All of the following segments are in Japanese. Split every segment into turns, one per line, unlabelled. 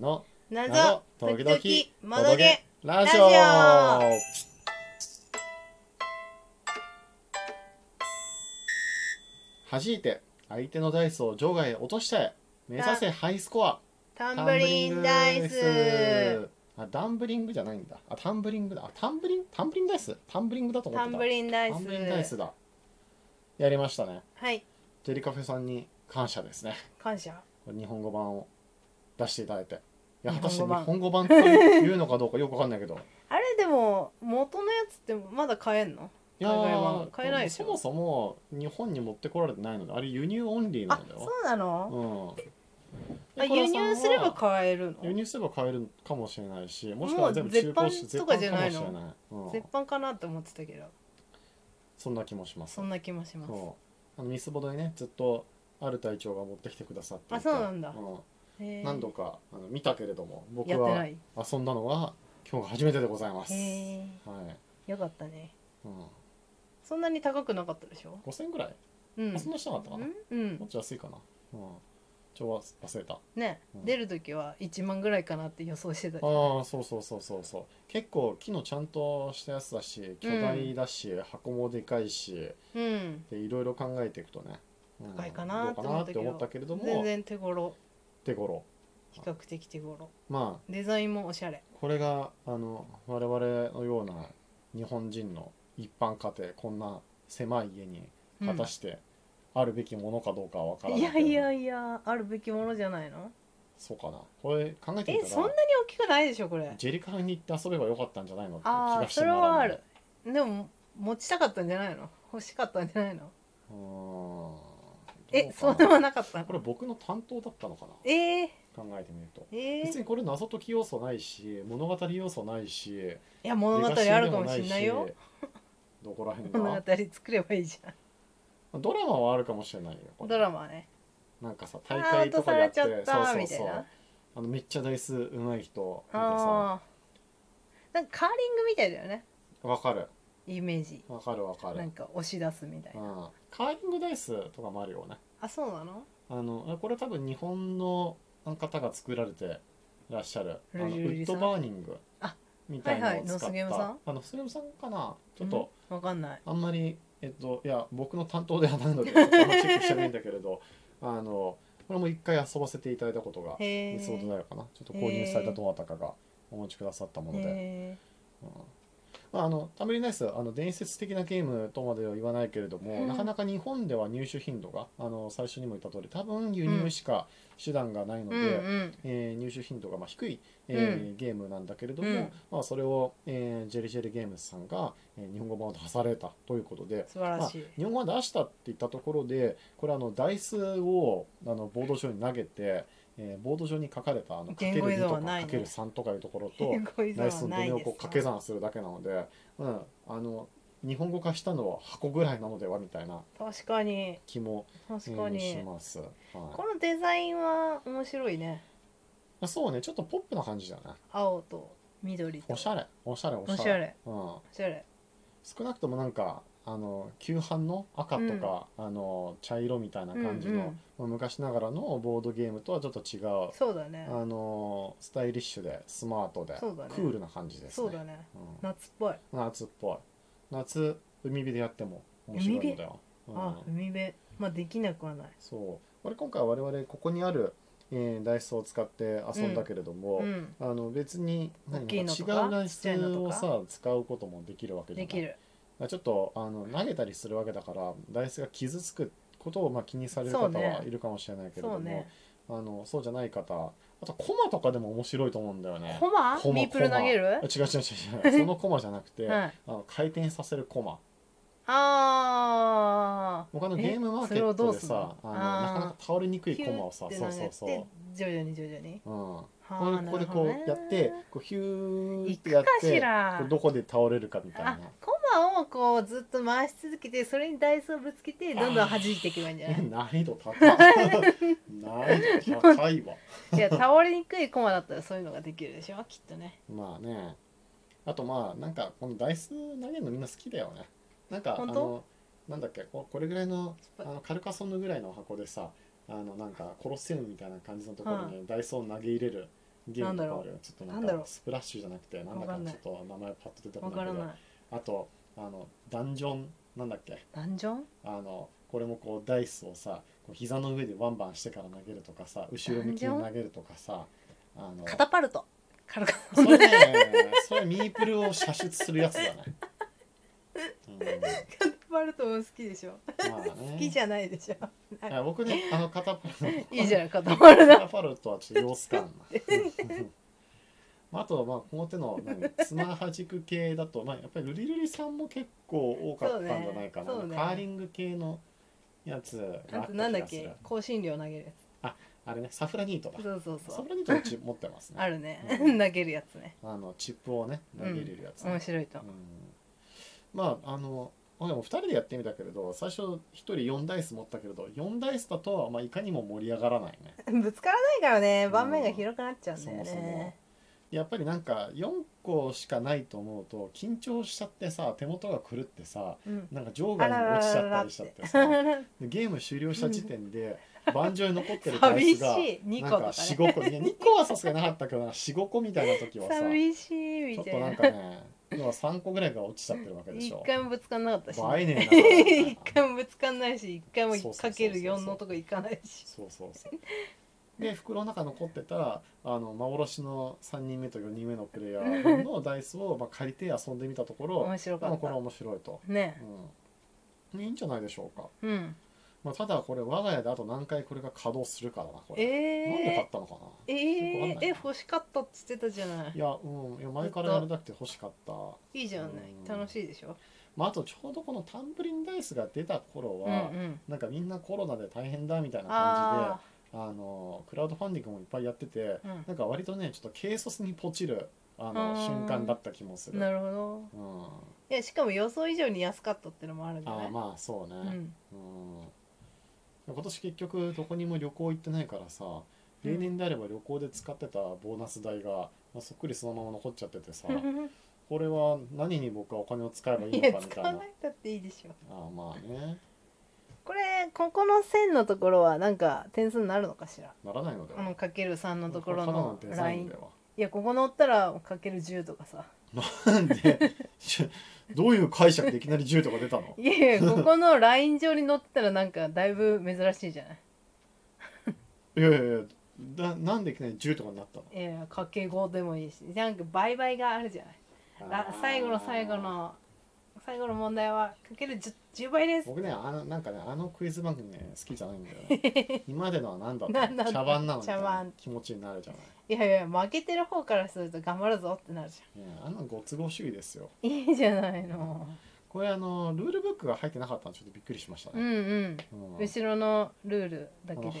の
謎時々もどげ
ラ
ジ
ジ
オ
オ弾いて相手のダイスを場外へ落として目指せハイスコア
タンブリンダイス
あダンブリングじゃないんだあタンブリングだあタンブリンタンブリンダイスタンブリングだと思っ
タ
て
ン
た
ブリンダイ
タンブリン
ス
だやりましたね
はい
ジェリカフェさんに感謝ですね
感謝
日本語版を出していただいていや
日
果
本語版
たして日本語版っていうのかどうかよくわかんないけど
あれでも元のやつってまだ 買えんの
いや
海外版
ー
買えないでし
そ
ょ
もそも日本に持ってこられてないのであれ輸入オンリーな
あ
んだ
そ
よ
うなの
うん
あ
で
輸入すれば
小田さんは
買える
輸
の
入すれば買えるかもしれないしもしくは全部中古し
もう絶版とかじゃないの
絶版かもしれないうん
絶版かなって思ってたけど
そんな気もします
そんな気もします
そうあのミスボドにねずっとある隊長が持ってきてくださっていて
あそうなんだ
う
へー
何度かあの見たけれども僕
やってな
はい遊んだのは今日が初めてでございます、
へえ
はい、
よかったね
うん、
そんなに高くなかったでしょ
5000円ぐらい、
うん
あそんなしなかったかな、
うんうん
もっと安いかな、うん、ちょ忘れたあ
ね、
うん
出る時は1万ぐらいかなって予想してた
あーそうそうそうそうそう結構木のちゃんとしたやつだし巨大だし、箱もでかいし
うん
でいろいろ考えていくとね、うん
高いかなって
どうかなって思ったけれども
全然手頃
手頃
比較的手頃
まあ
デザインもおしゃれ
これがあの我々のような日本人の一般家庭こんな狭い家に
うん
果たしてあるべきものかどうかはわからない
い
けど
やいやいやあるべきものじゃないの
そうかなこれ考えてみ
え
た
そんな
ら
に大きくないでしょこれ
ジェリカフェに行って遊べばよかったんじゃないのって気
ああ
がして
それ
なら
は
な
あ
い
るでも持ちたかったんじゃないの欲しかったんじゃないの
うーんど
え
うか
そんなもなかった
これ僕の担当だったのかな
えー、
考えてみると
え
別
ー、
にこれ謎解き要素ないし物語要素ないし
いや物語あるかもしんない
レガシーでもな
よ
いしどこら辺
物語
が
作ればいいじ
ドラマはあるかもしれないよ
ゃ
こ
ん
れ
ドラマはね
なんかさ
あ
大
あ
会
落と
と
さ
かや
れ
っ
ち
て
ゃ
そ
っ
うそ
た
う
みたい
そう
な
あのめっちゃダイスうまい人なんか
あーなんかカーリングみたいだよね
さわかる
イメージ
わかるわかる
なんか押し出すみたいうな、
んカーリングダイスとかもあるよね
あそうなの
あのこれ多分日本の方が作られてらっしゃるあのウ
ルジュリ
ッ
さん
ドバーニング
あ
みたいなのを使った、
はいはいノスゲムさん
あノスゲムさんかなちょっと、
うんわかんない
あんまりえっといや僕の担当ではないのでちょっとあんまチェックしてないんだけれど あのこれも一回遊ばせていただいたことが
へ
ミスオド
ー
ダイかなちょっと購入されたどなたかがお持ちくださったもので、
へ
うんまあ、あのタムリンナイスあの伝説的なゲームとまでは言わないけれども、
うん
なかなか日本では入手頻度があの最初にも言った通り多分輸入しか手段がないの
ー
で、
うん
えー入手頻度がまあ低い、えーゲームなんだけれども、
うん
まあ、それを、えージェリジェリゲームズさんが、えー日本語版を出されたということで
うん、素晴らしい、
日本語版出したって言ったところでこれあのダイスをあのボード上に投げて、えーボード上に書かれたあのかけ
言
る
語依
2
存
と
は
か
ない
か
ね
ける3とかいうところ と
ご依存
ダイス
は
の
ない
ド
です
ミをこう掛け算するだけなので、うん、あの日本語化したのは箱ぐらいなのではみたいな
確かに
気も、え
確か
ーし
に、
ます、はい
このデザインは面白いね
あ、そうねちょっとポップな感じだね
青と緑と
おしゃれおしゃれおしゃ
お
れ
しゃれ
うん、
おしゃれ
少なくともなんかあの旧版の赤とか、あの茶色みたいな感じの、
うんうん
まあ昔ながらのボードゲームとはちょっと違う
そうだね
あのスタイリッシュでスマートで、
そうだね
クールな感じですね
そうだね
うん
夏っぽい、
夏っぽい夏海辺でやっても面白いのだよ、うん
あ海辺まあできなくはない
そうこれ今回我々ここにある、えーダイスを使って遊んだけれども、
うん
あの別に
大きいのと
違う
か
ダイ
ちっ
ス
ちゃいのと
を
か
さ使うこともできるわけじゃな
で
い
きる
まあちょっとあの投げたりするわけだからダイスが傷つくことをまあ気にされる
そ
方
うね
はいるかもしれないけれど
そ
も
うね
あのそうじゃない方あとコマとかでも面白いと思うんだよね。
コマ
コマ
ミープル投げる
コマあ違う違う違う違 うそのコマじゃなくて、
はい
あの回転させるコマ
あ
他のゲームマーケ
えそれを
ッ
ど
ト
う
ですさ
んの
あの
あー
なかなか倒れにく
ー
いコマをさ
ヒュ
そ
ー
う
って
そ
投
う
げ
そう、
て徐々に徐々に
うん、こ
は
れ
あ
ここでこう
なるほどね
やってこうヒューってやっ
行くかしてら
こうどこで倒れるかみたい
あ
な
コマをこうずっと回し続けてそれにダイスをぶつけてどんどん弾いていけばいいんじゃない
難易度高い 難易度高いわ
いや倒れにくいコマだったらそういうのができるでしょきっとね
まあねあとまあなんかこのダイス投げるのみんな好きだよねなんかあ
本当
のなんだっけここれぐらいの
ス
あ
パ
のカルカソンヌぐらいの箱でさあのなんかコロッセウムみたいな感じのところに、ダイスを投げ入れるゲームとか
なん
あ
だ
るちょっと
なんだ
なん
ろ
か
う
スプラッシュじゃなくてなんだ
わ
か
かん
ち
な
ょ
い
っと名前パッと出てこ
わ
な
か
いけ
ら
ど
ない
あとあのダンジョンなんだっけ
ダンジョン
あのこれもこうダイスをさこう膝の上でワンバンしてから投げるとかさ後ろ向きに投げるとかさあの
カタパルト軽か
それねそれミープルを射出するやつだね、う
カタパルトも好きでしょ
ん、まあね
好きじゃないでしょ
いや僕ねあの 肩パル
いいじゃんカタパル
カ
ト
タパルトはちょっと様子感なまああとはまあこの手の何つまはじく系だと、まあ、やっぱりルリルリさんも結構多かったんじゃないかな、
そうねそうね
カーリング系のやつが
あ
あった
と
気が
なんだっ
する
け香辛料投げるや
あれねサフラニートだ
つそうそう
サ
そう
フラニートうち持ってますね
あるね
うん
投げるやつね
あのチップをね投げれるやつね、
面白いと
うんまああのまあでも2人でやってみたけれど最初1人4ダイス持ったけれど4ダイスだとはまあいかにも盛り上がらないね
ぶつからないからね盤面が広くなっちゃうんだ
そも
よ
そも
ね
やっぱりなんか4個しかないと思うと緊張しちゃってさ手元が狂ってさ
うん
なんか場
あ
外
ら
に
ら
落ちち
ら
ゃっ
ら
た
っ
りしちゃっててさでゲーム終了した時点で盤上に残ってるダイ
寂
ス
し
が
い二個
な
と
んか
かね
45個いや2個はさすがになかったけどな45個みたいな時はさ
寂しい
ちょ
み
ったと
い
な
なん
かね要は3個ぐらいが落ちちゃってるわけでし
一
ょ。
回もぶつかんなかったし
映えねえな
一回もぶつかんないし一回もかける4のとこ行かないし
そうそうそうで袋の中残ってたらあの幻の3人目と4人目のプレイヤー分のダイスを、まあ、借りて遊んでみたところ
面白か
まあ
っ
これ
た
面白いと、
ね
うん、いいんじゃないでしょうか、
うん
まあ、ただこれ我が家であと何回これが稼働するからなこれ、なんで買
え
ったのか
ー、え
よくわかん
ー、
ない
え欲しかったっつってたじゃない
ないやうんいや前からやりたくて欲しかった
いいじゃない
うん
楽しいでしょ
まああとちょうどこのタンブリンダイスが出た頃
うんう
は、
ん
なんかみんなコロナで大変だみたいな感じで
あ
あのクラウドファンディングもいっぱいやってて、
うん
なんか割とねちょっと軽率にポチるあの
あー
瞬間だった気もす
あ
る。
なるほど
うん、あ
いやしかも予想以上に安かったってのもあるんじゃな
ー
い、
まあそう
う
ね、
ん、
うん今年結局どこにも旅行行ってないからさ例年であれば旅行で使ってたボーナス代が、まあ、そっくりそのまま残っちゃってて さこれは何に僕はお金を使えばいい
い
の
や
かみ
使
たい
わ
な
ないだっていいでしょ
あーまあね
これここの線のところはなんか点数になるのかしら
ならないので
こ
は
のかける3のとこ
た
ろ
だの
の
デザ
ラ
イ
イ
ン
ン
ではい
やここ乗ったらかける10とかさ
なんでちょどういう解釈でいきなり10とか出たの
いやいやここのライン上に乗ってたらなんかだいぶ珍しいじゃない
いやいやいやだなんでいきなり10とかになったの
いやいやかけ5でもいいしなんか倍々があるじゃない
あ
ら
ー
最後の最後の最後の問題はかける 10, 10倍です
僕ねあのなんかねあのクイズ番組ね好きじゃないんだよね 今までのは何だった
何だ
の
った
茶番なのみたい
茶
な
番
気持ちになるじゃない
いやいや負けてる方からすると頑張るぞってなるじ
いやあんなご都合主義ですよ
ゃんいいじゃないの
これあのルールブックが入ってなかったのちょっとびっくりしました
うん
ね、
う
うん
ん後ろのルールだ
こ
け
の箱
で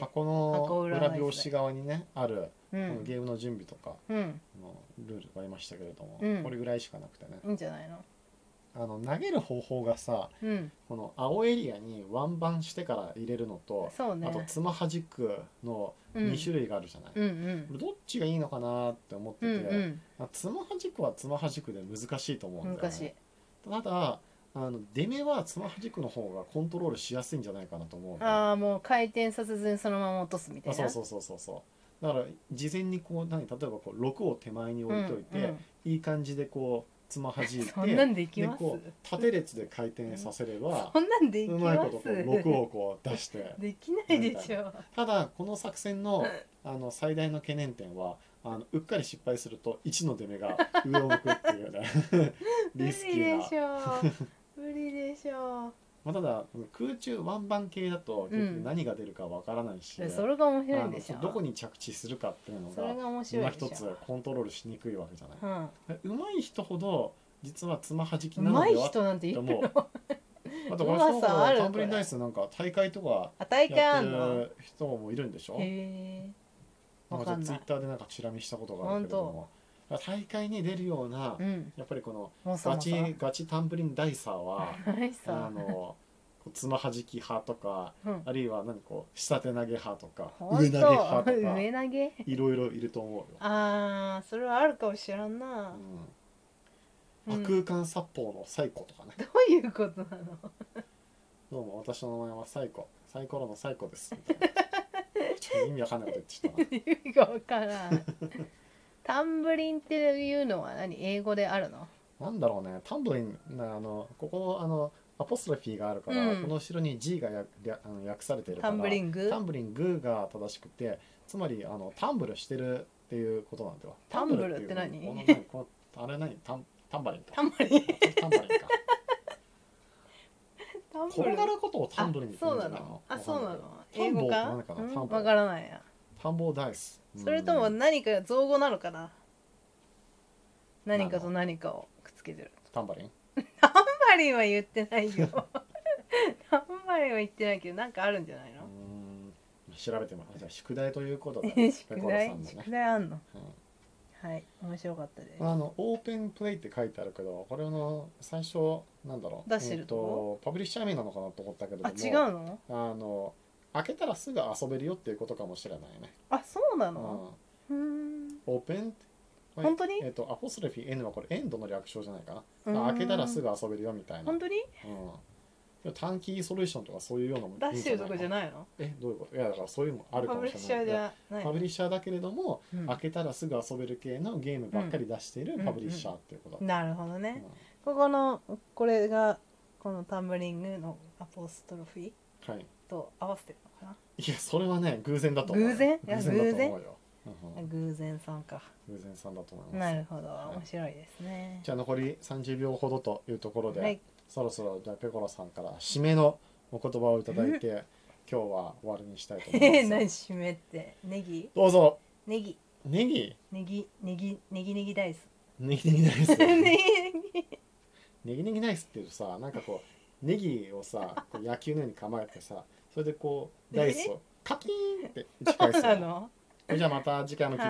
箱
の
裏
裏
のやつね
表紙側にねある、
う
この
ん
ゲームの準備とか
うん
のルールがありましたけれども、
うん
これぐらいしかなくてね
いいんじゃないの
あの投げる方法がさ
うん
この青エリアにワンバンしてから入れるのと、
そうね
あとつまはじくの
うん
2種類があるじゃない、
うんうん
どっちがいいのかなって思って
う
て、
ん
あつまはじくはつまはじくで難しいと思う
うんん
だよ、
難しい
ね、ただあの出目はつまはじくの方がコントロールしやすいんじゃないかなと思うの
ああもう回転させずにそのまま落とすみた
あ
いな
そうそうそうそうそうだから事前にこう何例えばこう6を手前に置いといて、
うんうん
いい感じでこうつまはじいて
そんなんでき
で
ます
こう縦列で回転させれば、
そんなんでいうき
ま
ま
いこ
す
とこう6をこう出して
できないでしょ
ただこの作戦のあの最大の懸念点はあのうっかり失敗すると1の出目が上を向くって いうね
無
リ
理
スキー
で
な
し、ょ無理でしょ
まあ、ただ空中ワンバン系だと結局何が出るかわからないし、
えそれが面白い
あ
ん
の
でしょ
どこに着地するかっていうの
それ
が
が面白
今
いでしょ
一つコントロールしにくいわけじゃない
うん
上手い人ほど実はつまはじき
う
なの
ま
で
い
は
人なんて
って
言
思
う
う
の
あとこの人
うまさある
タンブリンダイスなんか大会とか
あ大会
や
あ
って
んの
る人もいるんでしょ
へえ
なん
わ
か
かん
ツ
な
イッ
い
ターでなんかチラ見したことがあるけれども大会に出るような、
うん
やっぱりこの
もうそ
ガ
もそも
チガチタンブリンダイサーは
はい
あ
さ
のこうつまはじき派とか
うん
あるいは何こう下手投げ派とか
ほ
上投げ
んと
派とか
上投げ
いろいろいると思うよ、
あーそれはあるかもしらん
う
な、
ん
うん
白空間殺法のサイコとかね
どういうことなの
どうも私の名前はサイコサイコロの サイコですみたいなちょっと意味わかんないこと言ってきたな
意味がわからんタンブリンっていうのは何英語であるの
なんだろうねタンブリンなあのここのあのアポストロフィーがあるから、
うん
この後ろに G がや略あの訳されているか
タ
ら
ンブリング
タンブリングが正しくてつまりあのタンブルしてるっていうことなんだよ
タンブルって何
タンブルっていうこのこのあれ何タンタンバリンか
タンブリン
タンバリンか
タンブ
転
リン
がることをタンブリンって言
そううん
じ
な
ゃない
の
の
あそうなの
タ
英
ンボ
語
ー
か
って何かな
うん
タンボー
わからないや
タンボーダイス
それとも
うん
何か造語なのかな何かと何かをくっつけてる
タンバリン
タンバリンは言ってないよ タンバリンは言ってないけどなんかあるんじゃないうの
ーん調べてもらうじゃあ宿題ということで
宿
レコード
題
さんのね
宿題あんの
うん
はい面白かったです
あのオープンプレイって書いてあるけどこれの最初なんだろう
出してると
えーとパブリッシャー名なのかなと思ったけれど
あ
も
違うの
あの開けたらすぐ遊べるよっていうことかもしれないね、
あそうな
うん、
の
オ
うーん
ープンこれ
本当に
えっ、とアポストレフィー N はこれエンドの略称じゃないか
う
な
ーん
開けたらすぐ遊べるよみたいな、うん
本、当に
でも短期ソリューションとかそういうようなも
出
いいん
して
じゃな
る
い
とこ
の
じゃないの
えどういうこといやだからそういうのもあるか
パブ
も
リ
し
ッ
れない
シャー
い
じ
や
ゃない
パブ
の
リッシャーだけれども、
うん
開けたらすぐ遊べる系のゲームばっかり出しているパブリッシャーっていうことだ、
なるほどね
うん
ここのこれがこのタンブリングのアポストロフィー
はい、
と合わせてるのか
いやそれはね偶然だと思うよ
偶然いや
偶然だと思うよ、うん
な
うん
偶然さんか
偶然さんだと思います
なるほど
はい
面白いですね
じゃあ残り30秒ほどというところで、
はい
そろそろじゃあペコロさんから締めのお言葉をいただいて今日は終わりにしたいと思
え
い
ー
ま
何
す
締めってネギ
どうぞ
ネギ
ネギ
ネギネギネギネギダイス
ネギネギナイス
ネギ
ネ
ネギ
ギネギナイスっていうとさなんかこうネギをさこう野球のように構えてさそれでこうダイスをカキーンって打ち返
そう
す
な
よ
の
それじゃあまた次回も聞いて